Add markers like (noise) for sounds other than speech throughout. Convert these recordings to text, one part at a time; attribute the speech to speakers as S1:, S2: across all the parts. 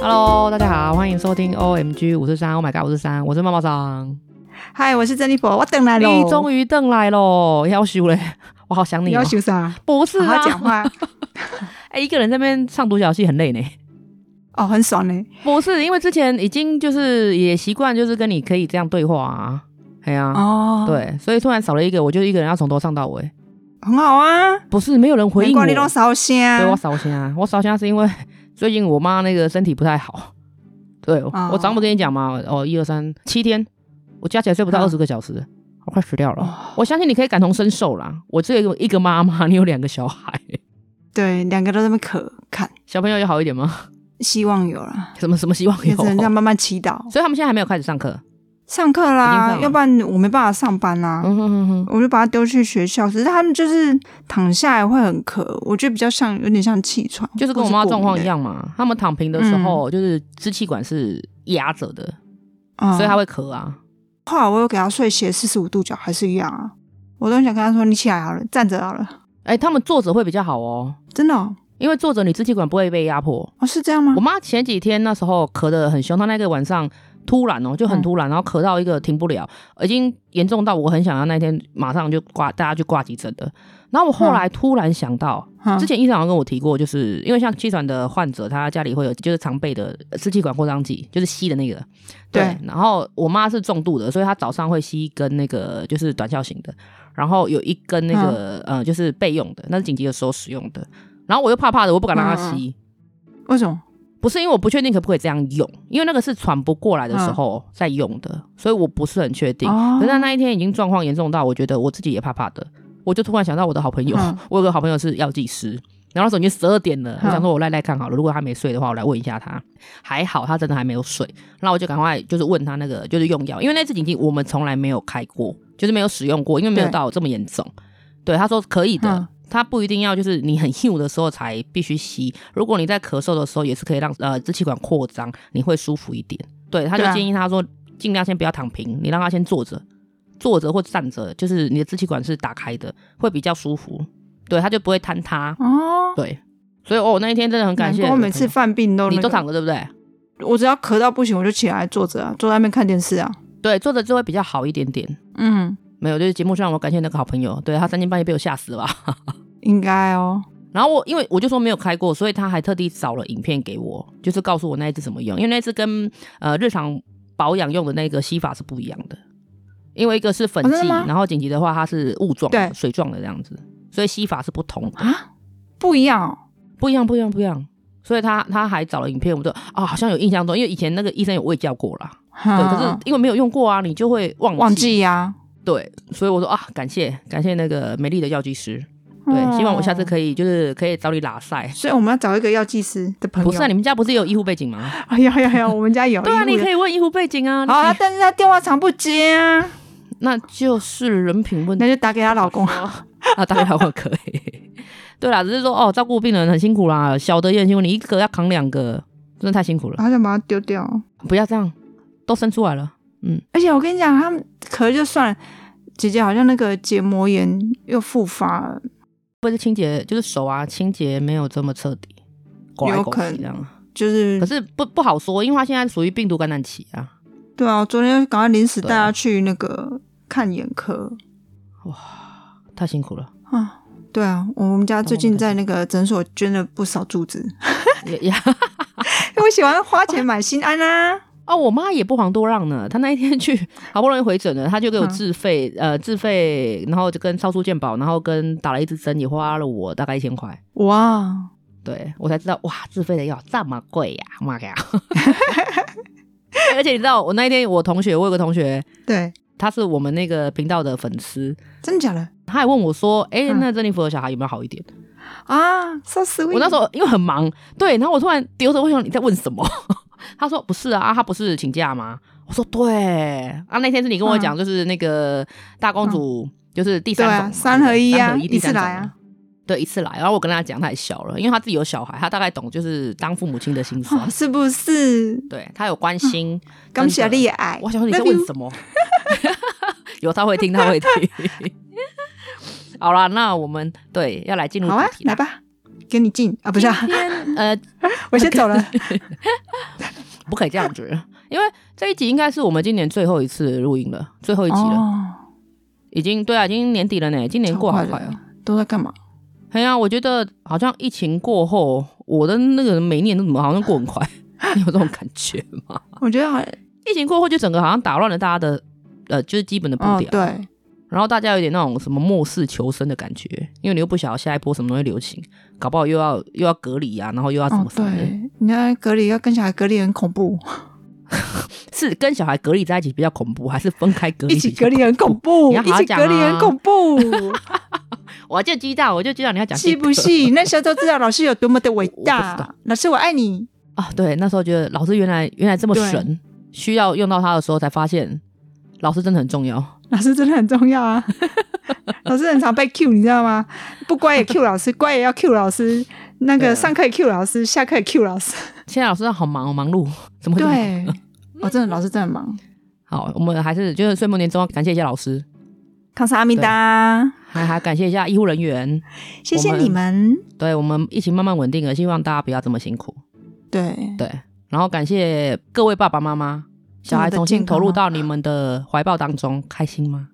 S1: Hello，大家好，欢迎收听 OMG 五十三，Oh my god 五十三，我是猫猫桑，
S2: 嗨，我是珍妮佛，我等来了。
S1: 你哎终于邓来喽，要修嘞， (laughs) 我好想
S2: 你
S1: 你、哦
S2: 要。修啥？
S1: 不是
S2: 好
S1: 啊，
S2: 好
S1: (laughs)
S2: 讲话
S1: 哎、一个人在那边唱独角戏很累呢。
S2: 哦，很爽呢。
S1: 不是，因为之前已经就是也习惯，就是跟你可以这样对话啊，哎呀、
S2: 哦，，
S1: 对，所以突然少了一个，我就一个人要从头唱到尾。
S2: 很好啊。
S1: 不是，没有人回
S2: 难
S1: 应
S2: 怪你都
S1: 我，
S2: 烧香
S1: 对我烧香啊，我烧香是因为 (laughs) 最近我妈那个身体不太好。对，
S2: 哦
S1: 我早上不跟你讲嘛，哦，一二三，七天，我加起来睡不到
S2: 嗯
S1: 二十个小时，我快死掉了。
S2: 哦
S1: 我相信你可以感同身受啦。我这个一个妈妈，你有两个小孩， (laughs)
S2: 对，两个都在那边渴看，
S1: 小朋友有好一点吗？ (laughs)
S2: 希望有了，
S1: 什么什么希望 (laughs)
S2: 也
S1: 有？
S2: 只能这样慢慢祈祷。
S1: 所以他们现在还没有开始上课。
S2: 上课
S1: 已经上
S2: 啦，
S1: 了
S2: 要不然我没办法上班啦。
S1: 嗯哼哼哼，
S2: 我就把它丢去学校，可是他们就是躺下来会很渴，我觉得比较像有点像气喘，
S1: 就是跟我妈状况一样嘛。他们躺平的时
S2: 嗯
S1: 候，就是支气管是压着的，
S2: 或是过敏的。嗯
S1: 所以他会咳啊。
S2: 后来我又给他睡斜四十五度角，还是一样啊。我都很想跟他说：“你起来好了，站着好了。
S1: 哎、他们坐着会比较好哦，”
S2: 真的哦，
S1: 因为坐着你支气管不会被压迫。
S2: 哦是这样吗
S1: 我？妈前几天那时候咳得很凶，她那个晚上突然哦就很
S2: 嗯
S1: 突然，然后咳到一个停不了，已经严重到我很想要那天马上就挂大家去挂急诊的。然后我后来突然想到，
S2: 嗯
S1: 之前医生好像跟我提过，就是因为像气喘的患者，他家里会有就是常备的呃支气管扩张剂，就是吸的那个。
S2: 对
S1: 然后我妈是重度的，所以她早上会吸一根那个就是短效型的，然后有一根那个、
S2: 嗯
S1: 呃就是备用的，那是紧急的时候使用的。然后我又怕怕的，我不敢让她
S2: 嗯嗯
S1: 吸。
S2: 为什么？
S1: 不是因为我不确定可不可以这样用，因为那个是喘不过来的时候在用的，所以我不是很确定。
S2: 哦
S1: 可是他那一天已经状况严重到，我觉得我自己也怕怕的，我就突然想到我的好朋友，
S2: 嗯
S1: (laughs) 我有个好朋友是药剂师，然后那时候已经十二点了，
S2: 嗯
S1: 我想说哦我赖赖看好了，如果他没睡的话，我来问一下他。还好他真的还没有睡，那我就赶快就是问他那个就是用药，因为那次紧急我们从来没有开过，就是没有使用过，因为没有
S2: 对
S1: 到这么严重。对，他说可以的，
S2: 嗯
S1: 它不一定要就是你很 h 的时候才必须吸，如果你在咳嗽的时候也是可以让呃支气管扩张，你会舒服一点。对，他就
S2: 对啊
S1: 建议他说尽量先不要躺平，你让他先坐着，坐着或站着，就是你的支气管是打开的，会比较舒服。对，他就不会坍塌。
S2: 哦，
S1: 对，所以哦，那一天真的很感谢
S2: 难怪我每次犯病都、那
S1: 你都
S2: 个
S1: 躺着对不对？
S2: 我只要咳到不行，我就起来坐着啊，坐在那边看电视啊。
S1: 对，坐着就会比较好一点点。
S2: 嗯，
S1: 没有，就是节目上我感谢那个好朋友，对他三更半夜被我吓死了吧。
S2: 应该哦。
S1: 然后我因为我就说没有开过，所以他还特地找了影片给我，就是告诉我那一支怎么用，因为那一支跟呃日常保养用的那个吸法是不一样的，因为一个是粉
S2: 哦真的
S1: 剂，
S2: 吗啊
S1: 然后紧急的话它是雾状的、
S2: 对
S1: 水状的这样子，所以吸法是不同的，
S2: 啊，不一样哦。
S1: 不一样，不一样，不一样。所以他他还找了影片，我就啊、好像有印象中，因为以前那个医生有喂教过啦，
S2: 对
S1: 对，可是因为没有用过啊，你就会忘记
S2: 嗯忘记呀、
S1: 对，所以我说啊，感谢感谢那个美丽的药剂师，对，
S2: 哦
S1: 希望我下次可以就是可以找你拉塞，
S2: 所以我们要找一个药剂师的朋友。
S1: 不是啊，你们家不是也有医护背景吗？
S2: (laughs) 哎呀呀呀，我们家
S1: (laughs)
S2: 有。
S1: 对啊，你可
S2: 以。
S1: 以问医护背景啊。
S2: 好啊，
S1: 你
S2: 但是他电话常不接啊，
S1: 那就是人品问题
S2: 那就打给她
S1: (laughs)
S2: 老公。
S1: 啊，当然我可以。对啦，只是说哦，照顾病人很辛苦啦，小的也很辛苦，你一个要扛两个，真的太辛苦了。
S2: 好想把它丢掉。
S1: 不要这样，都生出来了。
S2: 而且我跟你讲，他们咳就算了，姐姐好像那个结膜炎又复发了，
S1: 或者是清洁，就是手啊，清洁没有这么彻底，狗来
S2: 有
S1: 狗
S2: 可
S1: 去
S2: 能
S1: 这样。啊
S2: 就是
S1: 可是不不好说，因为它现在属于病毒感染期啊。
S2: 对啊，我昨天赶快临时
S1: 对
S2: 带
S1: 啊
S2: 她去那个看眼科。
S1: 哇，太辛苦了， (laughs)
S2: 啊，对啊，我们家最近在那个诊所捐了不少
S1: (laughs)
S2: 柱子，
S1: 也也
S2: 因为我喜欢花钱买心安啊。
S1: 哦，我妈也不遑多让呢。她那一天去，好不容易回诊了，她就给我
S2: 嗯
S1: 自费，呃，自费，然后就跟超速健保，然后跟打了一支针，也花了我大概一千块。
S2: (laughs) 哇，
S1: 对我才知道，哇，自费的药这么贵呀、妈 (laughs) 呀！而且你知道，我那一天我同学，我有个同学，
S2: 对，
S1: 他是我们那个频道的粉丝，
S2: 真的假的
S1: 他还问我说：“哎、
S2: 嗯
S1: 那珍妮佛的小孩有没有好一点
S2: 啊？So sweet。
S1: 我那时候因为很忙， (laughs) 对，然后我突然丢着，我想你在问什么？ (laughs) 他说不是啊，啊他不是请假吗？我说对啊，那天是你跟我讲，就是那个大公主，就是第三
S2: 嗯对
S1: 种
S2: 啊
S1: 嘛、
S2: 三
S1: 对
S2: 合一啊
S1: 三合一第三种嘛
S2: 一次来啊，
S1: 对，一次来。然后我跟他讲，他也笑了，因为他自己有小孩，他大概懂就是当父母亲的心酸
S2: 啊、， (laughs) 是不是？
S1: 对他有关心。
S2: 嗯感谢
S1: 真的
S2: 你的爱。
S1: 我想说你在
S2: Love
S1: 问
S2: you
S1: 什么？ (laughs) 有他会听，他
S2: (laughs)
S1: 会听。好啦，那我们对要来进入
S2: 好啊
S1: 主，题啦 (laughs)
S2: (laughs) 来吧，给你进啊，不是、啊，
S1: 今天呃，
S2: 我先走了。
S1: 不可以这样子，因为这一集应该是我们今年最后一次录音了，最后一集了，
S2: 哦，
S1: 已经对啊，已经年底了呢，今年过好
S2: 超
S1: 快
S2: 快
S1: 哦
S2: 的。都在干嘛？
S1: 哎呀、我觉得好像疫情过后，我的那个每一年都怎么好像过很快， (laughs) 你有这种感觉吗？
S2: 我觉得好像
S1: 疫情过后就整个好像打乱了大家的呃，就是基本的步
S2: 哦，
S1: 调，
S2: 对，
S1: 然后大家有点那种什么末世求生的感觉，因为你又不晓得下一波什么东西流行，搞不好又要又要隔离啊，然后又要怎
S2: 哦
S1: 么分、
S2: 对，你看隔离要跟小孩隔离很恐怖，
S1: 是跟小孩隔离在一起比较恐怖，还是分开隔离？
S2: 一起隔离很恐怖，
S1: 你要好好
S2: 一起
S1: 讲
S2: 隔离很
S1: 啊
S2: 恐怖，
S1: 我就知道，我就知道你要讲这
S2: 信不
S1: 个
S2: (laughs) 信？那时候都知道老师有多么的伟
S1: 我不知
S2: 大，老师我爱你。
S1: 啊？对，那时候觉得老师原来原来这么
S2: 对
S1: 神，需要用到他的时候才发现，老师真的很重要。
S2: 老师真的很重要啊！ (laughs) 老师很常被 Q，你知道吗？不乖也 Q 老 (laughs) 师，乖也要 Q 老师，那
S1: 对啊
S2: 个上课也 Q 老师，下课也 Q 老师。
S1: 现在老师好忙，好忙碌，怎么会这么
S2: (laughs) 对，我、哦真的老师真的很忙。
S1: 好？我们还是就是岁末年终要感谢一下老师，
S2: (laughs) 康萨阿米达，
S1: 还还感谢一下医护人员，
S2: 谢谢
S1: 我们
S2: 你们。
S1: 对我们疫情慢慢稳定了，希望大家不要这么辛苦。
S2: 对，
S1: 对，然后感谢各位爸爸妈妈，小孩重新投入到你们的怀抱当中，开心吗？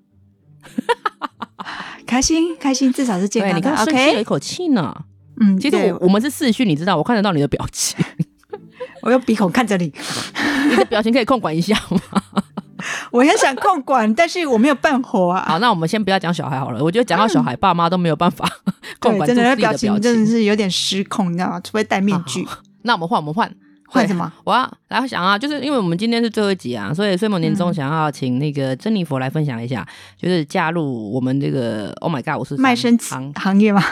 S2: 开心开心，至少是健
S1: 对，
S2: 康
S1: 你
S2: 的
S1: 刚。刚深吸了一
S2: OK，
S1: 口气呢。
S2: 嗯，
S1: 其实
S2: 对
S1: 我我们是视讯，你知道，我看得到你的表情，
S2: (laughs) 我用鼻孔看着你，
S1: 你的表情可以控管一下吗？
S2: 我很想控 (laughs) 管，但是我没有办活啊。
S1: 好，那我们先不要讲小孩好了，我觉得讲到小孩，爸妈都没有办法 (laughs) 控
S2: 对，
S1: 管住自己
S2: 真的
S1: 的
S2: 那
S1: 表
S2: 表
S1: 情哦
S2: 情。真的是有点失控，你知道吗？除非戴面具，
S1: 那我们换，我们换。
S2: 换什么？
S1: 我要来想啊，就是因为我们今天是最后一集啊，所以岁末年终想要请那个珍妮佛来分享一下，就是加入我们这个 Oh My God，我是
S2: 卖身
S1: 行，
S2: 行业吗？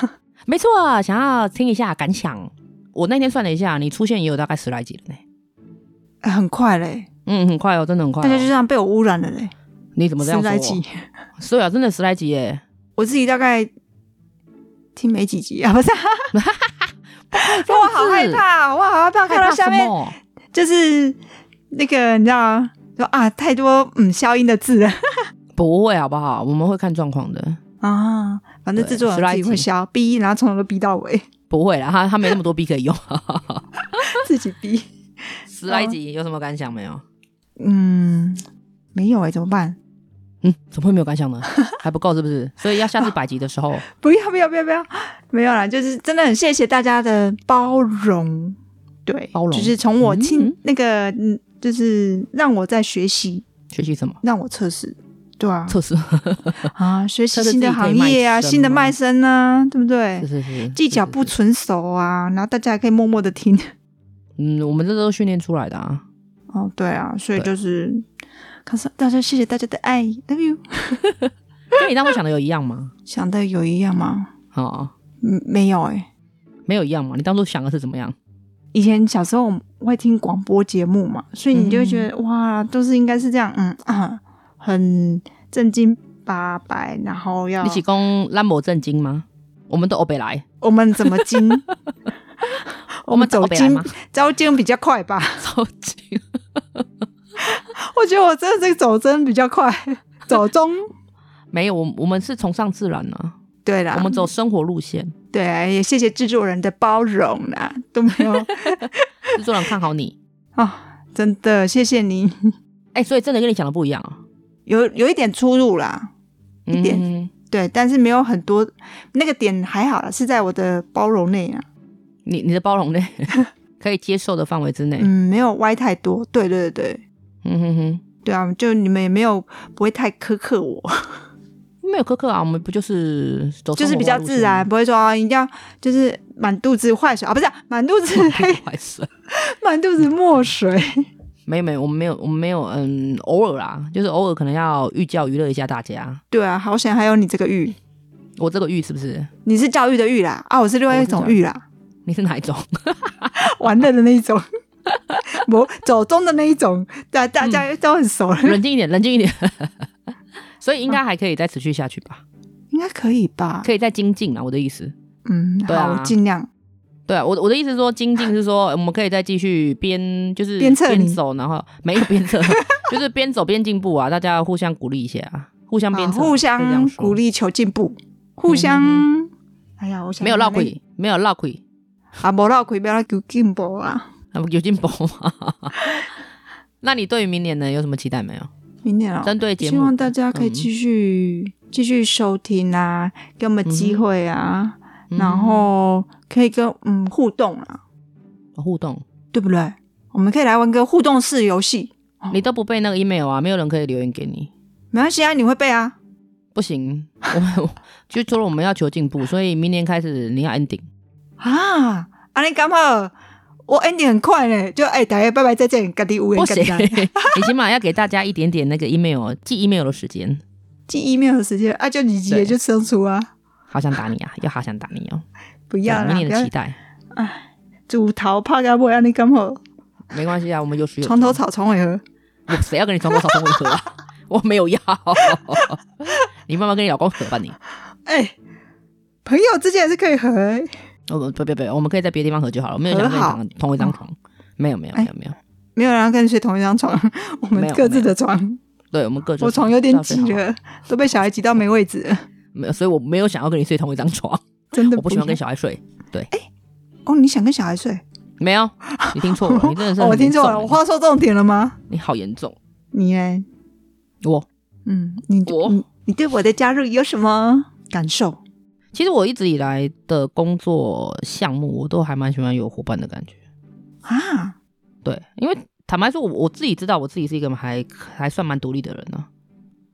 S1: 没错，啊想要听一下感想。我那天算了一下，你出现也有大概十来集了呢。
S2: 哎 (laughs) 很快嘞，
S1: 嗯，很快哦，真的很快、哦。
S2: 大家就这样被我污染了嘞，
S1: 你怎么这样
S2: 十
S1: 说
S2: 来
S1: 我？
S2: 集。
S1: 对啊，真的十来集耶！
S2: (laughs) 我自己大概听没几集啊， (laughs) 不是、啊，我好害怕，啊我好害怕看
S1: 害怕
S2: 到
S1: 什
S2: 下面
S1: 么？
S2: 就是那个你知道说啊，太多嗯消音的字了 (laughs)
S1: 不会啊好不好？我们会看状况的，
S2: 啊，反正
S1: 对
S2: 制作
S1: 十
S2: 人
S1: 来
S2: 自己
S1: 集
S2: 会消逼，然后从头都逼到尾， (laughs)
S1: 不会啦，他他没那么多 B 可以用。
S2: 自己逼，
S1: 十来集有什么感想没有？
S2: 嗯，没有哎、怎么办？
S1: 嗯，怎么会没有感
S2: (laughs)
S1: 想呢？还不够是不是？所以要下次百集的时候，
S2: 不要不要不要不要，没有啦，就是真的很谢谢大家的包容，对，
S1: 包容
S2: 就是从我亲、
S1: 嗯
S2: 那个，嗯，就是让我在学习，
S1: 学习什么
S2: 让我测试，对啊， (laughs)
S1: 测试？
S2: 啊，学习
S1: 车子
S2: 新的
S1: 自己可
S2: 行
S1: 以卖
S2: 业啊，
S1: 身
S2: 新的
S1: 吗
S2: 卖身啊，对不
S1: 是
S2: 对？
S1: 是是，
S2: 技巧
S1: 是
S2: 不
S1: 是
S2: 纯熟啊，然后大家还可以默默的听。
S1: 嗯，我们这都是训练出来的啊。
S2: 哦，对啊，所以
S1: 对
S2: 就是，可是大家谢谢大家的爱，love (laughs) you。
S1: 跟你当初想的有一样吗？
S2: 想的有一样吗？
S1: 哦，
S2: 嗯，没有哎、
S1: 没有一样吗？你当初想的是怎么样？
S2: 以前小时候我们会听广播节目嘛，所以你就会觉得、
S1: 嗯
S2: 哇，都是应该是这样，嗯啊，很正经八百，然后要
S1: 你起攻兰博正经吗？我们都欧北
S2: (laughs)
S1: 来，
S2: 我们怎么精，
S1: (laughs) 我们
S2: 走
S1: 欧北来
S2: 精
S1: 吗？
S2: 招精比较快吧。 (laughs)
S1: 超级
S2: 我觉得我真的这个走真比
S1: (laughs)
S2: 较快，走中。
S1: 没有，我我们是崇尚自然啊，
S2: 对啦，
S1: 我们走生活路线。
S2: 对啊，也谢谢制作人的包容啦，都没
S1: (laughs)
S2: 有
S1: 制作人看好你，
S2: 啊、真的谢谢你，
S1: 哎、所以真的跟你想的不一样啊，
S2: 有有一点出入啦，
S1: 一
S2: 点
S1: 嗯、
S2: 对，但是没有很多，那个点还好啦，是在我的包容内啊，
S1: 你你的包
S2: (laughs)
S1: 容内可以接受的范围之内。
S2: 嗯，没有歪太多，对对对对，
S1: 嗯哼哼。
S2: 对啊，就你们也没有不会太苛刻我，
S1: 没有苛刻啊，我们不就是走
S2: 就是比较自
S1: 生
S2: 然，不会说啊一定要就是满肚子坏水啊，不是 (laughs) 啊满肚子
S1: 活路线
S2: 黑
S1: 吗，，坏事。
S2: 满肚子墨水，
S1: 没有没有，我们没有我们没有，嗯，偶尔啦，就是偶尔可能要寓教于乐一下大家。
S2: (laughs) 对啊，好险还有你这个玉，
S1: 我这个寓是不是？
S2: 你是教育的育啦，啊，我是另外一种育啦，
S1: 你是哪
S2: (laughs)
S1: 一种？
S2: 玩乐的那一种， (laughs) 我走中的那一种，大大家都很熟了，
S1: 冷静一点，冷静一点。 (laughs) 所以应该还可以再持续下去吧，
S2: 应该可以吧？
S1: 可以再精进啦。啊我的意思，
S2: 嗯，
S1: 对啊
S2: 好，我尽量。
S1: 对啊，我我的意思是说精进是说我们可以再继续边就是
S2: 鞭策你
S1: 边走，然后没有鞭策， (laughs) 就是边走边进步啊，大家互相鼓励一下啊，互相鞭
S2: 啊
S1: 策，
S2: 互
S1: 可以这样
S2: 相
S1: 说
S2: 鼓，励求进步，互相
S1: 嗯，
S2: 哎呀，我想
S1: 没有
S2: 绕
S1: 落亏，没有落亏，
S2: 啊，没绕亏，不要求进步啊，
S1: 啊有进步吗？ (laughs) 那你对于明年呢有什么期待没有？
S2: 明年啊、
S1: 针对节目
S2: 希望大家可以
S1: 嗯
S2: 继续、继续收听啊，给我们机会啊，
S1: 嗯
S2: 然后可以跟嗯互动啊，
S1: 互动，
S2: 对不对？我们可以来玩个互动式游戏，
S1: 你都不背那个 email 啊，没有人可以留言给你。
S2: 没关系啊，你会背啊。
S1: 不行， (laughs) 我们就说了我们要求进步，所以明年开始你要 ending。
S2: 啊，安尼刚好，我 ending 很快嘞，就哎、大家拜拜再见，各地
S1: 不
S2: 无缘各
S1: 行
S2: 地，
S1: (laughs) 你起码要给大家一点点那个 email 寄 email 的时间。
S2: 寄 email 的时间啊，就你
S1: 对
S2: 也就生出啊，
S1: 好想打你啊，又好想打你哦！
S2: 不
S1: 对
S2: (laughs) 要啦，
S1: 明年
S2: 不
S1: 的
S2: 要
S1: 期待
S2: 煮头泡咖啡，安尼刚好，
S1: 没关系啊，我们有时有
S2: 床头草丛尾和，
S1: 我谁要跟你床头吵床尾和啊？ (laughs) 我没有要，你慢慢跟你老公和吧你。
S2: 哎、朋友之间也是可以和、欸，
S1: 我们不不不，我们可以在别的地方和就好了，我没有想跟你
S2: 和好嗯哎
S1: 躺同一张床。没有没有没有没有，
S2: 没有人要跟你睡同一张床，我
S1: (laughs) 没
S2: 们
S1: 有
S2: 各自的床，
S1: 对我们各自
S2: 我床有点挤
S1: 好好，
S2: 了，都被小孩挤到没
S1: (laughs)
S2: 位置了，
S1: 没有，所以我没有想要跟你睡同一张床，
S2: 真的
S1: 我不喜欢
S2: 要
S1: 跟小孩睡。
S2: 哦，你想跟小孩睡？
S1: 没有，你听
S2: (laughs)
S1: 错了，你真的是
S2: 哦我
S1: 很
S2: 听
S1: 严重欸
S2: 错了，我话说重点了吗？
S1: 你好严重，
S2: 你哎，
S1: 我
S2: 嗯，你
S1: 我
S2: 你你对我的加入有什么感受？
S1: 其实我一直以来的工作项目，我都还蛮喜欢有伙伴的感觉。
S2: 啊，
S1: 对，因为坦白说，我我自己知道我自己是一个还还算蛮独立的人呢、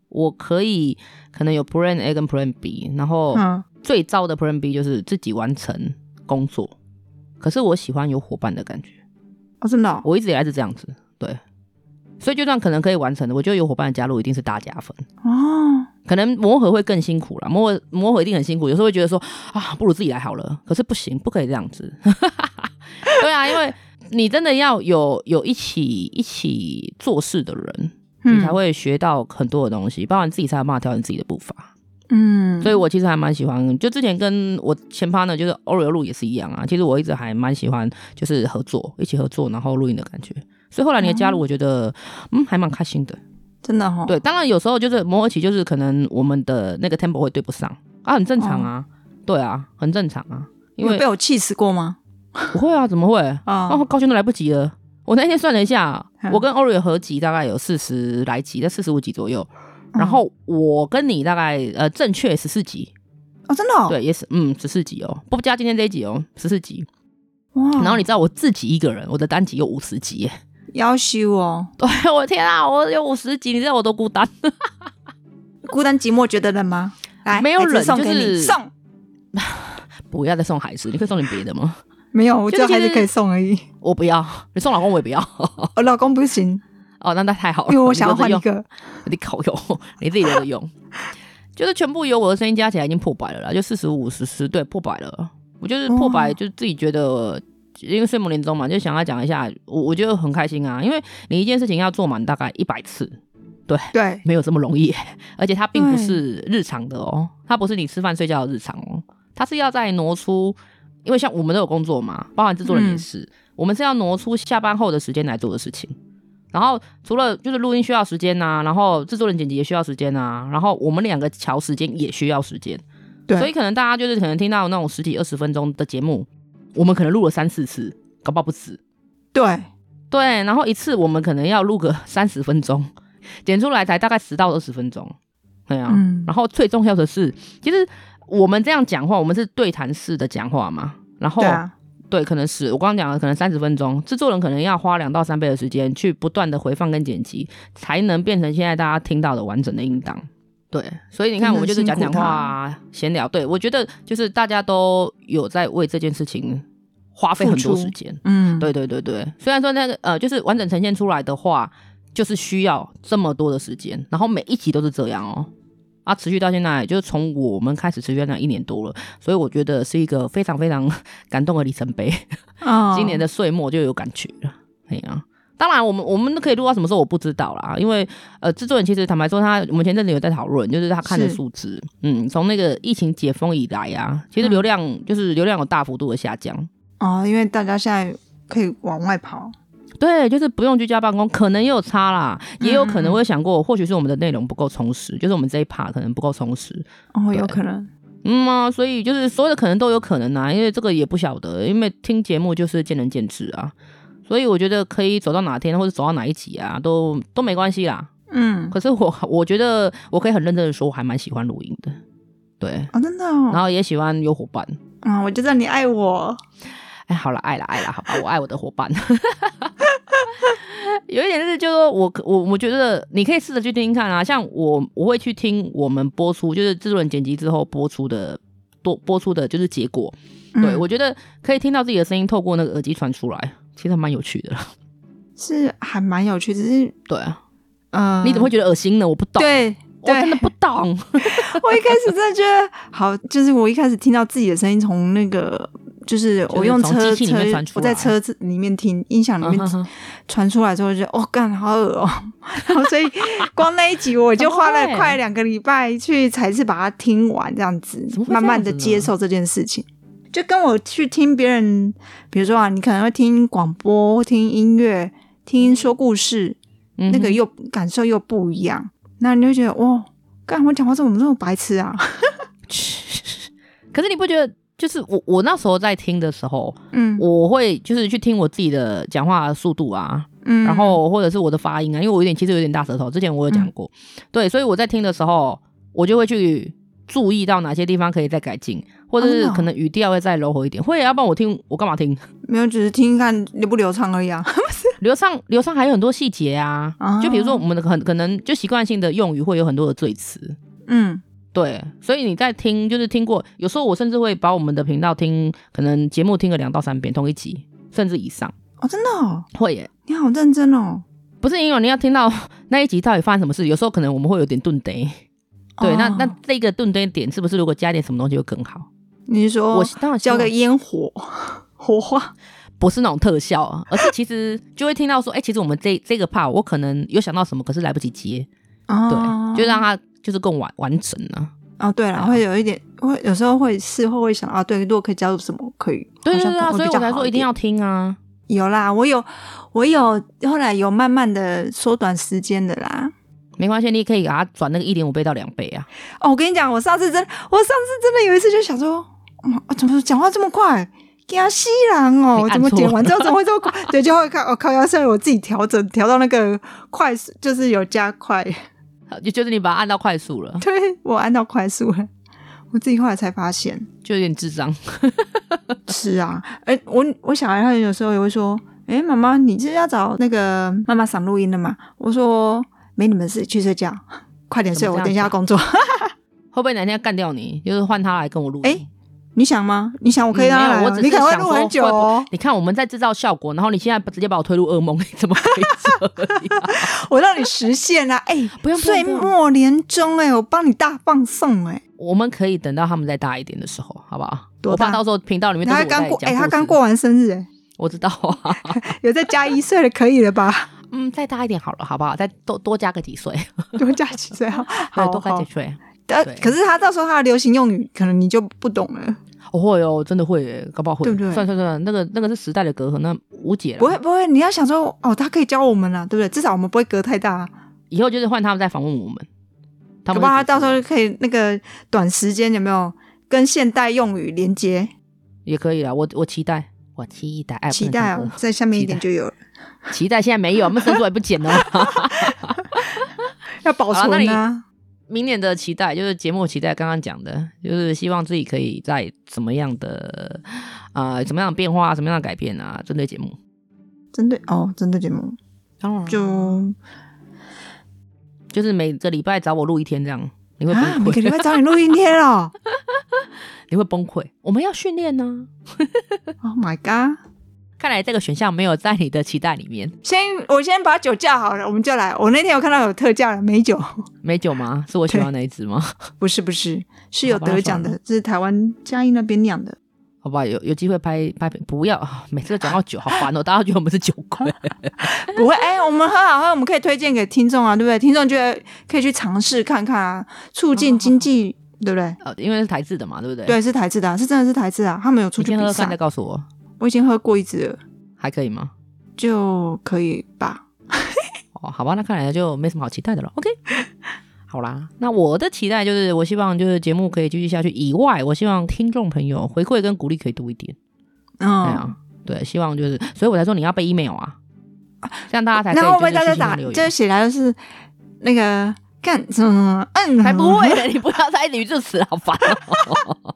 S1: 我可以可能有 Plan A 跟 Plan B，然后
S2: 嗯
S1: 最糟的 Plan B 就是自己完成工作。可是我喜欢有伙伴的感觉，
S2: 哦，真的、哦，
S1: 我一直以来是这样子。对，所以就算可能可以完成的，我觉得有伙伴的加入一定是大加分。
S2: 哦，
S1: 可能磨合会更辛苦啦，磨合磨合一定很辛苦，有时候会觉得说啊，不如自己来好了。可是不行，不可以这样子。 (laughs) 对啊，因为你真的要有有一起一起做事的人，
S2: 嗯
S1: 你才会学到很多的东西，包含自己才有办法调整自己的步伐。
S2: 嗯，
S1: 所
S2: 以
S1: 以我其实还蛮喜欢，就之前跟我前 partner 就是欧游路也是一样啊。其实我一直还蛮喜欢，就是合作，一起合作，然后录音的感觉。所以后来你的加入，我觉得嗯还蛮开心的。
S2: 真的哈、哦，
S1: 对，当然有时候就是磨合期，就是可能我们的那个 tempo 会对不上啊，很正常啊，对啊，很正常啊，因
S2: 哦因为
S1: 为
S2: 被我气死过吗？
S1: 不会啊，怎么会？
S2: 啊、
S1: 哦，高兴都来不及了。我那天算了一下
S2: 嗯，
S1: 我跟 o r i 合集大概有四十来集，在四十五集左右。
S2: 嗯
S1: 然后我跟你大概呃正确十四集，
S2: 哦，真的、哦，，
S1: 对，也是嗯十四集哦，不加今天这一集哦，十四集。
S2: 哇，
S1: 然后你知道我自己一个人，我的单集有五十集耶，
S2: 要修哦，
S1: 对 (laughs) 我的天啊，我有五十集，你知道我多孤单。 (laughs)
S2: 孤单寂寞觉得冷吗？来，
S1: 没有
S2: 孩子
S1: 冷
S2: 送给
S1: 就是
S2: 你送，
S1: 不要再送海子，你可以送点别的吗？
S2: 没有，我
S1: 就
S2: 就
S1: 其
S2: 还是
S1: 实
S2: 可以送而已。
S1: 我不要， (laughs) 你送老公我也不要。
S2: 我老公不行，
S1: 哦，那那太好了，
S2: 因为我想要
S1: 你
S2: 换
S1: 留
S2: 一
S1: 着
S2: 个。
S1: 用，你靠用， (laughs) 你自己留着用。就是全部有我的声音加起来已经破百了啦，就四十五、十十对破百了。我就是破百，
S2: 哇
S1: 就自己觉得，因为睡梦林中嘛，就想要讲一下，我我觉得很开心啊，因为你一件事情要做满大概一百次，
S2: 对，
S1: 没有这么容易， (laughs) 而且它并不
S2: 对
S1: 是日常的哦，它不是你吃饭睡觉的日常哦，它是要在挪出，因为像我们都有工作嘛，包含制作人也
S2: 嗯
S1: 是，我们是要挪出下班后的时间来做的事情。然后除了就是录音需要时间呐、然后制作人剪辑也需要时间呐、然后我们两个调时间也需要时间，
S2: 对
S1: 所以可能大家就是可能听到那种十几二十分钟的节目，我们可能录了三四次，搞不好不止。
S2: 对，
S1: 对，然后一次我们可能要录个三十分钟，剪出来才大概十到二十分钟。对啊，
S2: 嗯
S1: 然后最重要的是，其实我们这样讲话，我们是对谈式的讲话嘛。然后
S2: 对啊，
S1: 对可能是我刚刚讲了，可能三十分钟，制作人可能要花两到三倍的时间去不断的回放跟剪辑，才能变成现在大家听到的完整的音档。对，所以你看，
S2: 真的
S1: 我们就是讲
S2: 辛
S1: 讲
S2: 苦
S1: 话
S2: 他
S1: 啊、闲聊。对我觉得就是大家都有在为这件事情花费很多
S2: 付出
S1: 时间。
S2: 嗯，
S1: 对对对对，虽然说那个呃，就是完整呈现出来的话，就是需要这么多的时间，然后每一集都是这样哦。啊，持续到现在，就是从我们开始持续到现在一年多了，所以我觉得是一个非常非常 (laughs) 感动的里程碑。
S2: 啊
S1: 今年的岁末就有感觉了，哎呀、当然我们我们可以录到什么时候我不知道啦，因为呃，制作人其实坦白说他，我们前阵子有在讨论，就是他看的
S2: 是
S1: 数字，嗯，从那个疫情解封以来啊，其
S2: 嗯
S1: 实流量、就是流量有大幅度的下降，
S2: 哦，因为大家现在可以往外跑，
S1: 对，就是不用居家办公，可能也有差啦，也有可能
S2: 嗯嗯嗯
S1: 会想过，或许是我们的内容不够充实，就是我们这一 part 可能不够充实，
S2: 哦，
S1: 对
S2: 有可能，
S1: 嗯啊，所以就是所有的可能都有可能啊，因为这个也不晓得，因为听节目就是见仁见智啊。所以我觉得可以走到哪天或者走到哪一集啊，都都没关系啦。
S2: 嗯，
S1: 可是我我觉得我可以很认真的说，我还蛮喜欢录音的，对，
S2: 哦，真的哦，
S1: 然后也喜欢有伙伴。
S2: 嗯，我就知道你爱我，
S1: 哎，好了，爱了，爱了，好吧，我爱我的伙伴。 (laughs) 有一点就是，就是说我我我觉得你可以试着去听听看啊，像我我会去听我们播出，就是制作人剪辑之后播出的多播出的就是结果，对
S2: 嗯
S1: 我觉得可以听到自己的声音透过那个耳机传出来，其实还蛮有趣的啦。
S2: 是还蛮有趣，只是
S1: 对啊，
S2: 嗯，
S1: 你怎么会觉得恶心呢？我不懂，
S2: 对？
S1: 我真的
S2: 对，
S1: 不懂。
S2: 我一开始真的觉得好，就是我一开始听到自己的声音从那个，就是
S1: 就
S2: 我
S1: 是
S2: 用
S1: 从
S2: 车
S1: 机器里
S2: 车
S1: 面传，出
S2: 我在
S1: 来嗯
S2: 车子里面听，音响里面传出来之后，就觉得哦，干好恶哦、 (laughs) 然后所以光那一集我就花
S1: 怎么
S2: 了
S1: 会
S2: 快两个礼拜去才是把它听完，这样子
S1: 怎么会这样子呢
S2: 慢慢的接受这件事情。就跟我去听别人，比如说啊，你可能会听广播、听音乐、听说故事，
S1: 嗯哼
S2: 那个又感受又不一样。那你就觉得，哦，干我讲话怎么这么白痴啊？ (laughs)
S1: 可是你不觉得，就是我我那时候在听的时候，
S2: 嗯
S1: 我会就是去听我自己的讲话速度啊，
S2: 嗯，
S1: 然后或者是我的发音啊，因为我有点其实有点大舌头，之前我有讲过，对，所以我在听的时候，我就会去注意到哪些地方可以再改进，或者
S2: 哦真
S1: 是
S2: 的哦
S1: 可能语调会再柔和一点，会，啊要不然我听我干嘛听？ (laughs)
S2: 没有，只是听听看流不流畅而已啊。
S1: 流畅流畅还有很多细节啊，
S2: 哦
S1: 就比如说我们的很可能就习惯性的用语会有很多的赘词。
S2: 嗯
S1: 对，所以你在听，就是听过，有时候我甚至会把我们的频道听，可能节目听个两到三遍，同一集甚至以上，
S2: 哦，真的哦，
S1: 会耶。
S2: 你好认真哦。
S1: 不是因为你要听到 (laughs) 那一集到底发生什么事，有时候可能我们会有点顿呆。对，那
S2: 哦
S1: 那这个顿呆点是不是如果加点什么东西会更好？
S2: 你是说
S1: 我当然希
S2: 交
S1: 望
S2: 个烟火 (laughs) 火花，
S1: 不是那种特效啊，而是其实就会听到说，哎、其实我们这这个 part 我可能有想到什么，可是来不及接，对，
S2: 哦
S1: 就让它就是更完完整啊。
S2: 哦对了，会有一点，会有时候会事后会想啊，对，如果可以加入什么可以，
S1: 对
S2: 好
S1: 对
S2: 像
S1: 对啊，
S2: 会
S1: 所以我
S2: 比较
S1: 才
S2: 好
S1: 说一定
S2: 点
S1: 要听啊。
S2: 有啦，我有我有后来有慢慢的缩短时间的啦。
S1: 没关系，你可以给它转那个一点五倍到两倍啊。
S2: 哦，我跟你讲，我上次真我上次真的有一次就想说，嗯，啊怎么讲话这么快？给他西兰哦
S1: 你，按
S2: 怎么
S1: 错
S2: 点完之后怎么会这么快？ (laughs) 对，就会看哦，靠腰，所以我自己调整调到那个快速，就是有加快。 (laughs)
S1: 好就就是你把它按到快速了，
S2: 对我按到快速了，我自己后来才发现。
S1: 就有点智障。
S2: 是啊，哎、我我小孩他有时候也会说，哎、妈妈，你是要找那个妈妈赏录音的吗？我说没你们事，去睡觉，快点睡，
S1: 怎么
S2: 我
S1: 这样
S2: 等一下要工作。 (laughs)
S1: 会不会哪天要干掉你？就是换他来跟我录音？
S2: 哎你想吗？你想我可以让他
S1: 嗯没
S2: 来
S1: 有
S2: 吗、
S1: 我只是
S2: 啊你可能会
S1: 想
S2: 录
S1: 说
S2: 很久哦。
S1: 你看我们在制造效果，然后你现在直接把我推入噩梦， (laughs) 你怎么可
S2: (laughs)
S1: 以这样？
S2: 我让你实
S1: (laughs)
S2: 现啦、啊，哎、
S1: 不用不用
S2: 岁
S1: 不用
S2: 末年终哎、我帮你大放送哎、
S1: 我们可以等到他们再大一点的时候，好不好？
S2: 多
S1: 我
S2: 大
S1: 怕到时候频道里面都是
S2: 他
S1: 我在
S2: 刚过
S1: 讲
S2: 哎、他
S1: 故事
S2: 刚过，完生日哎、
S1: 我知道啊。
S2: 有再加一岁的可以了吧？ (laughs)
S1: 嗯，再大一点好了，好不好？再多多加个几岁，
S2: 多加几岁好，
S1: (laughs) 对，
S2: 好
S1: 多加
S2: 好
S1: 几。岁。
S2: 但
S1: 对
S2: 可是他到时候他的流行用语，可能你就不懂了。
S1: 我会哦，真的会耶，搞不好会。
S2: 对不对
S1: 算算算，那个那个是时代的隔阂，那无解了。
S2: 不会，不会，你要想说哦，他可以教我们啦，对不对？至少我们不会隔太大、啊，
S1: 以后就是换他们再访问我们。他们
S2: 搞不好他到时候就可以那个短时间有没有跟现代用语连接？
S1: 也可以啦，我我期待，我期待，哎，
S2: 期
S1: 不能
S2: 待
S1: 唱
S2: 哦
S1: 歌，
S2: 在下面一点
S1: 期
S2: 就有了，
S1: 期待现在没有，我们伸出来不哦剪了。
S2: 要保
S1: 好那
S2: 存
S1: 你
S2: 啊。
S1: 明年的期待就是节目期待，刚刚讲的，就是希望自己可以在怎么样的啊、呃怎么样的变化、怎么样的改变啊，针对节目。
S2: 针对哦，针对节目
S1: 当然就
S2: 就
S1: 就是每个礼拜找我录一天这样，你会崩
S2: 啊，每个
S1: 溃，
S2: 礼拜找你录音天哦。
S1: 你会崩溃。我们要训练呢、
S2: (laughs) Oh my god！
S1: 看来这个选项没有在你的期待里面。
S2: 先我先把酒叫好了，我们就来。我那天有看到有特价的美酒，
S1: 美酒吗？是我喜欢那一支吗？
S2: 不是不是，是有
S1: 好吧
S2: 得奖
S1: 算
S2: 的，这是台湾嘉义那边酿的。
S1: 好吧，有有机会拍拍片，不要啊！每次都讲到酒，好烦哦，大家觉得我们是酒鬼。
S2: (laughs) 不会，哎、我们喝好喝，我们可以推荐给听众啊，对不对？听众觉得可以去尝试看看啊，促进经济，对不对？
S1: 呃，因为是台制的嘛，对不对？，
S2: 嗯对，是台制的、啊，是真的是台制啊，他们有出
S1: 你
S2: 去
S1: 先喝
S2: 比
S1: 喝
S2: 赛，
S1: 看，再告诉我，
S2: 我已经喝过一支了，
S1: 还可以吗？
S2: 就可以吧？
S1: 哦，好吧，那看来就没什么好期待的了。OK，好啦，那我的期待就是，我希望就是节目可以继续下去以外，我希望听众朋友回馈跟鼓励可以多一点。哎
S2: 嗯，
S1: 呀，对，希望就是，所以我才说你要背 email 啊，这样大家才可以
S2: 然后被
S1: 就
S2: 大
S1: 是去
S2: 家
S1: 信
S2: 打，
S1: 箱留言
S2: 就写来就是那个干什么什么，嗯，
S1: 才不会，的，你不要再捋这词，好烦哦、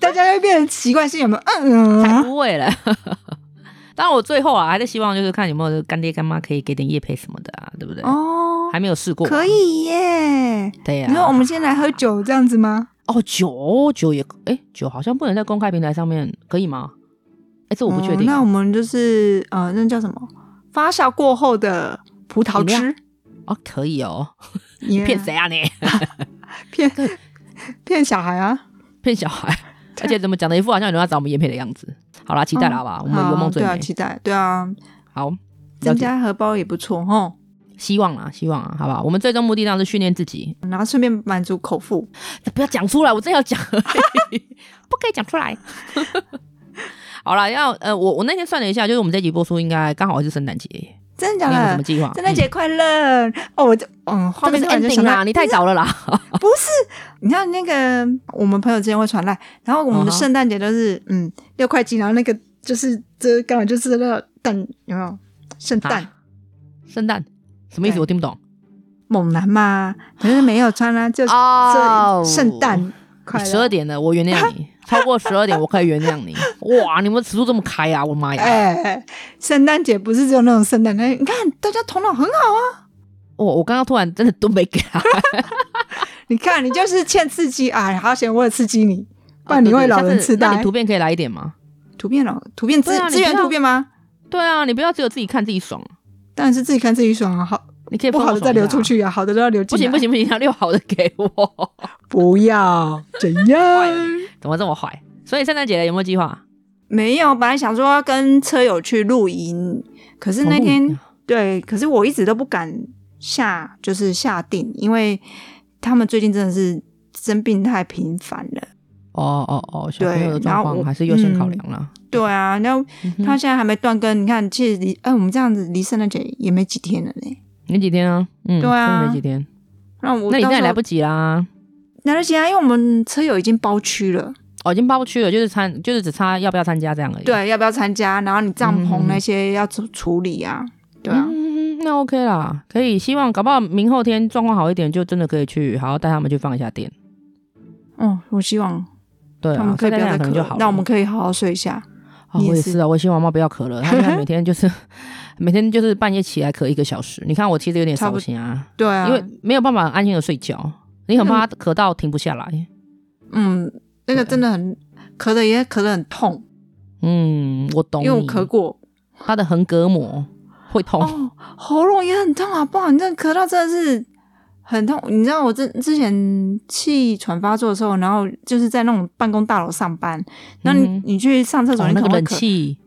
S2: 大家就变成习惯性有没有？嗯，
S1: 才
S2: 嗯
S1: 不会
S2: (laughs)
S1: 嘞。当然，我最后啊，还是希望就是看有没有干爹干妈可以给点叶配什么的啊，对不对？
S2: 哦，
S1: 还没有试过啊，
S2: 可以耶。
S1: 对啊呀、
S2: 你说我们先来喝酒这样子吗？
S1: 哦，酒酒也哎，酒好像不能在公开平台上面，可以吗？哎，这我不确定。
S2: 哦那我们就是呃，那叫什么？发酵过后的葡萄汁。
S1: 哦，可以哦，
S2: 你
S1: 骗？谁啊你？
S2: 骗骗小孩啊！
S1: 骗小孩，而且怎么讲的一副好像有人要找我们叶配的样子。好啦，期待了，好不好？我们有
S2: 哦好
S1: 梦最
S2: 对啊，
S1: 美。
S2: 期待对啊，
S1: 好，
S2: 增
S1: 了
S2: 加荷包也不错吼。
S1: 解希望啦，希望啊，好不好？我们最终目的当然是训练自己，
S2: 然后顺便满足口腹。
S1: 不要讲出来，我真要讲而已，不可以讲出来。 (laughs) 好了，要呃，我我那天算了一下，就是我们这集播出应该刚好是圣诞节，你
S2: 真的
S1: 有
S2: 假
S1: 没有什么
S2: 的？
S1: 计划？
S2: 圣诞节快乐！哦，我就嗯，画
S1: 嗯这个
S2: 面
S1: 是
S2: 突然就想
S1: ending 啦，
S2: 到，
S1: 你太早了啦。
S2: 不是？你看那个我们朋友之间会传来，然后我们的
S1: 嗯哼
S2: 圣诞节都是嗯六块鸡，然后那个就是这刚好就是那个蛋有没有？圣诞
S1: 啊圣诞什么意思？
S2: 对
S1: 我听不懂。
S2: 猛男嘛，可是没有穿啊，就
S1: 哦
S2: 这圣诞快
S1: 十二
S2: 乐。
S1: 点了，我原谅
S2: (laughs)
S1: 你。超过十二点，我可以原谅你。哇，你们尺度这么开啊！我的妈呀！
S2: 哎，圣诞节不是只有那种圣诞，你看大家头脑很好啊！
S1: 我我刚刚突然真的都没给他，
S2: 你看你就是欠刺激啊，好险我有刺激你，不然你
S1: 对
S2: 会
S1: 哦对
S2: 老
S1: 下次
S2: 人痴
S1: 那你
S2: 呆
S1: 图。片可以来一点吗？
S2: 图片哦，图片资
S1: 对啊你
S2: 资源
S1: 不要
S2: 图片吗？
S1: 对啊，你不要只有自己看自己爽，
S2: 当然是自己看自己爽啊，好
S1: 你可以
S2: 不好的再流出
S1: 分我爽一下啊。
S2: 去啊，好的都要流
S1: 不
S2: 进来。
S1: 行不，行不行，要留好的给我。 (laughs)
S2: 不要怎样？
S1: 怎么这么坏？所以圣诞节有没有计划？
S2: 没有，本来想说要跟车友去露营，可是那
S1: 哦露
S2: 天
S1: 营
S2: 对，可是我一直都不敢下，就是下定，因为他们最近真的是生病太频繁了。
S1: 哦哦哦，小
S2: 对
S1: 朋友的状
S2: 然后
S1: 况
S2: 我
S1: 还是优先考量啦。
S2: 对啊，那
S1: 嗯哼
S2: 他现在还没断更，你看，其实离哎、我们这样子离圣诞节也没几天了呢。
S1: 没几天啊，嗯，
S2: 对啊
S1: 真的没几天。
S2: 那我
S1: 那你这
S2: 到
S1: 样
S2: 时
S1: 也
S2: 候
S1: 来不及啦。
S2: 来得及啊，因为我们车友已经包区了。
S1: 哦，已经包去了，就是参，就是只差要不要参加这样而已。
S2: 对，啊要不要参加？然后你帐篷
S1: 嗯
S2: 那些要处处理啊，对啊，
S1: 嗯，那 OK 啦，可以。希望搞不好明后天状况好一点，就真的可以去好好带他们去放一下电。
S2: 嗯，我希望
S1: 对
S2: 他
S1: 啊
S2: 们，可以不要
S1: 圣诞夜可
S2: 再
S1: 能
S2: 咳
S1: 就好了。
S2: 那我们可以好好睡一下。
S1: 哦
S2: 你也
S1: 我也
S2: 是
S1: 是啊，我也希望我妈不要咳了。
S2: (laughs)
S1: 她现在每天就是每天就是半夜起来咳一个小时，你看我其实有点
S2: 差不
S1: 烧心啊，
S2: 对啊，
S1: 因为没有办法安心的睡觉，你很怕她咳到停不下来。
S2: 嗯，那个真的很咳的也咳得很痛，
S1: 嗯，我懂
S2: 因
S1: 你。
S2: 为我咳过
S1: 她的横膈膜会痛，
S2: 哦，喉咙也很痛啊，不好，你这咳到真的是很痛。你知道我之之前气喘发作的时候，然后就是在那种办公大楼上班，那你、
S1: 嗯
S2: 你去上厕所，
S1: 哦
S2: 你
S1: 那
S2: 可
S1: 个
S2: 能会
S1: 冷
S2: 咳，
S1: 气，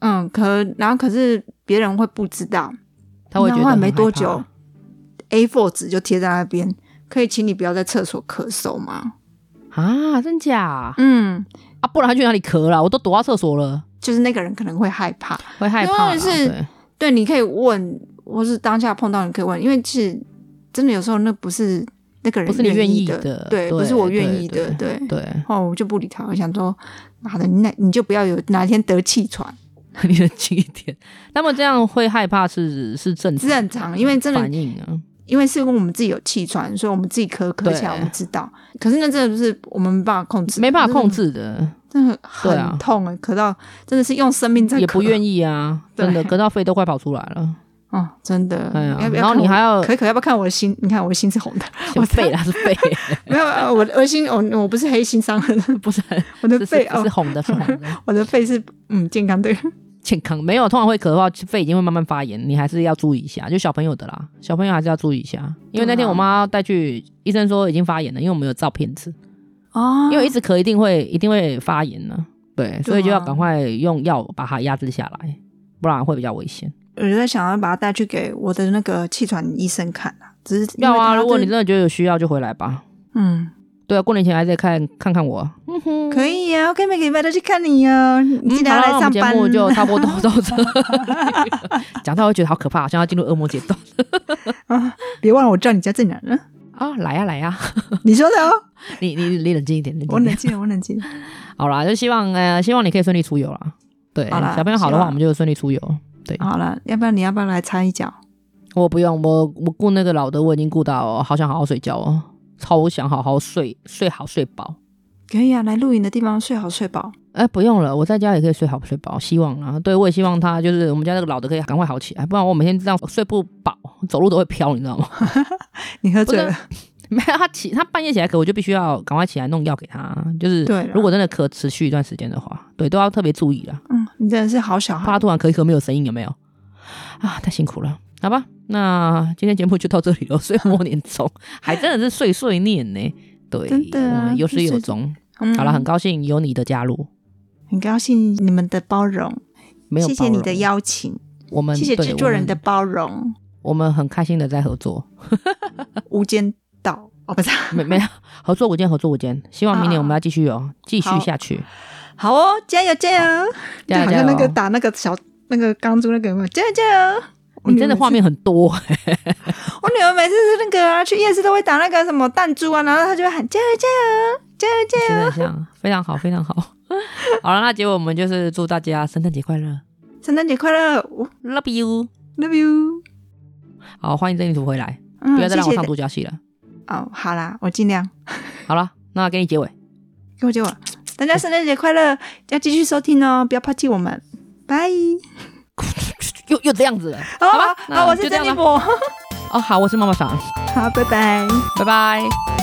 S2: 嗯，咳，然后可是别人会不知道，
S1: 她会觉得
S2: 然后
S1: 很
S2: 没
S1: 害
S2: 多
S1: 怕
S2: 久，A4 纸就贴在那边。可以，请你不要在厕所咳嗽吗？
S1: 啊，真假？
S2: 嗯，
S1: 啊，不然她去哪里咳了？我都躲到厕所了，就是
S2: 那个人可能会害怕。
S1: 会害
S2: 因为
S1: 怕啦。
S2: 是
S1: 对
S2: 对，你可以问，或是当下碰到你可以问，因为其实真的有时候那不是那个人
S1: 不是你
S2: 愿
S1: 愿意
S2: 的，
S1: 的，
S2: 对，不是我愿意的，对
S1: 对。对， (laughs)
S2: 哦，我就不理他，我想说，妈的，你哪你就不要有哪天得气喘，
S1: 对你冷静一点。那么这样会害怕是是正
S2: 是
S1: 常
S2: 很常，因为真的
S1: 反，应啊，
S2: 因为是因为我们自己有气喘，所以我们自己咳咳
S1: 对
S2: 起来，我们知道。可是那真的就是我们没办法控制，
S1: 没办法控，制的，
S2: 真的
S1: 对啊
S2: 很痛哎、咳到真的是用生命在咳，
S1: 也不愿
S2: 意
S1: 意啊，
S2: 对
S1: 真的咳到肺都快跑出来了，
S2: 哦，真的。
S1: 哎呀
S2: 要不要
S1: 然后你
S2: 看我
S1: 还要
S2: 咳一咳，要不要看我的心？你看我的心是红的，我
S1: 肺啦是肺， (laughs)
S2: 没有，呃我的我的心我我 (laughs) 不是黑心伤痕，
S1: 不是
S2: 我的
S1: 是
S2: 肺
S1: 是
S2: 哦
S1: 是，红的，是红
S2: (laughs)
S1: 的，
S2: 我的肺是嗯健 (laughs) 康对，
S1: 健康没有。通常会咳的话，肺已经会慢慢发炎，你还是要注意一下，就小朋友的啦，小朋友还是要注意一下，因
S2: 啊
S1: 为那天我妈带去医生说已经发炎了，因为我们有照片子，
S2: 哦
S1: 因为一直咳一定会一定会发炎呢，对，所以就要
S2: 对啊
S1: 赶快用药把它压制下来，不然会比较危险。
S2: 我就在想要把它带去给我的那个气喘医生看啊，只是因为
S1: 要啊，
S2: 他
S1: 如果
S2: 这
S1: 你真的觉得有需要就回来吧。
S2: 嗯
S1: 对啊，过年前还在看看看我。嗯哼，
S2: 可以啊，我可以每个礼拜都去看你哦，你记得
S1: 嗯好
S2: 要
S1: 啦
S2: 来
S1: 那我
S2: 上
S1: 们节
S2: 班。
S1: 目就差不多到这 (laughs) 里。讲到会觉得好可怕，好像要进入恶魔阶段
S2: (laughs) 别忘了我知道你家在哪呢，
S1: (laughs) 啊！来呀、来呀、
S2: 你说的哦，
S1: (laughs) 你你你冷静一点，冷
S2: 我
S1: 静一点。
S2: 冷静了，我冷静了。
S1: 好啦，就希望呃，希望你可以顺利出游啦。对，
S2: 好啦
S1: 小朋友好的
S2: 希
S1: 话，
S2: 望
S1: 我们就顺利出游。对，
S2: 好了，要不然你要不要来插一脚？
S1: 我不用，我我顾那个老的，我已经顾到好想好好睡觉哦，超想好好睡，睡好睡饱。
S2: 可以啊，来露营的地方睡好睡饱。
S1: 哎，不用了，我在家也可以睡好睡饱，希望啊，对我也希望他就是我们家那个老的可以赶快好起来，不然我每天这样睡不饱，走路都会飘，你知道吗？ (laughs)
S2: 你喝醉
S1: 不
S2: 了
S1: 是，没有，他起他半夜起来渴，我就必须要赶快起来弄药给他，就是
S2: 对啦
S1: 如果真的渴持续一段时间的话，对，都要特别注意啦。
S2: 嗯，你真的是好小
S1: 怕
S2: 孩
S1: 他。突然咳一咳没有声音，有没有？啊，太辛苦了，好吧，那今天节目就到这里了。 (laughs) 岁末年终，还真的是岁岁念呢，对，
S2: 真的啊
S1: 我们有始有终。
S2: 嗯
S1: 好了，很高兴有你的加入，
S2: 很高兴你们的包容，
S1: 没有
S2: 谢
S1: 包
S2: 谢
S1: 容
S2: 你的，邀请，
S1: 我们
S2: 谢谢
S1: 对
S2: 制作人的
S1: 我们 (laughs)
S2: 包容，
S1: 我们很开心的在合作，
S2: 无间道哦，
S1: (laughs)
S2: 不是，
S1: 没没有合作无间，合作无间，希望明年我们要继续哦，继续
S2: 啊好
S1: 下去，
S2: 好哦，加油加油，就
S1: 加
S2: 好
S1: 油加
S2: 像那个
S1: 油！
S2: 打那个小那个钢珠那个有没有加油加油。我
S1: 你
S2: 女
S1: 真的
S2: 儿
S1: 画
S2: (laughs)
S1: 面很多，
S2: 每次，我女儿每次是那个啊，去夜市都会打那个什么弹珠啊，然后她就会喊加油加油加油加油。
S1: (laughs) 真的很像，非常好，非常好。 (laughs) 好了，那结果我们就是祝大家圣诞节快乐
S2: 圣诞节快乐我
S1: ，Love you！
S2: ，Love you。
S1: 好，欢迎珍妮图回来。
S2: 嗯，
S1: 不要再让我
S2: 谢谢
S1: 唱独角戏了。
S2: 哦，好啦，我尽量。
S1: 好了，那给你结尾，
S2: 给我接我，大家圣诞节快乐，要继续收听哦，不要抛弃我们，拜。
S1: 又又这样子了。
S2: 好
S1: 好吧
S2: 好，
S1: 那
S2: 好，我是
S1: 就这样
S2: 珍妮
S1: 了
S2: 博，
S1: 哦，好，我是妈妈桑，
S2: 好，拜拜。
S1: 拜拜。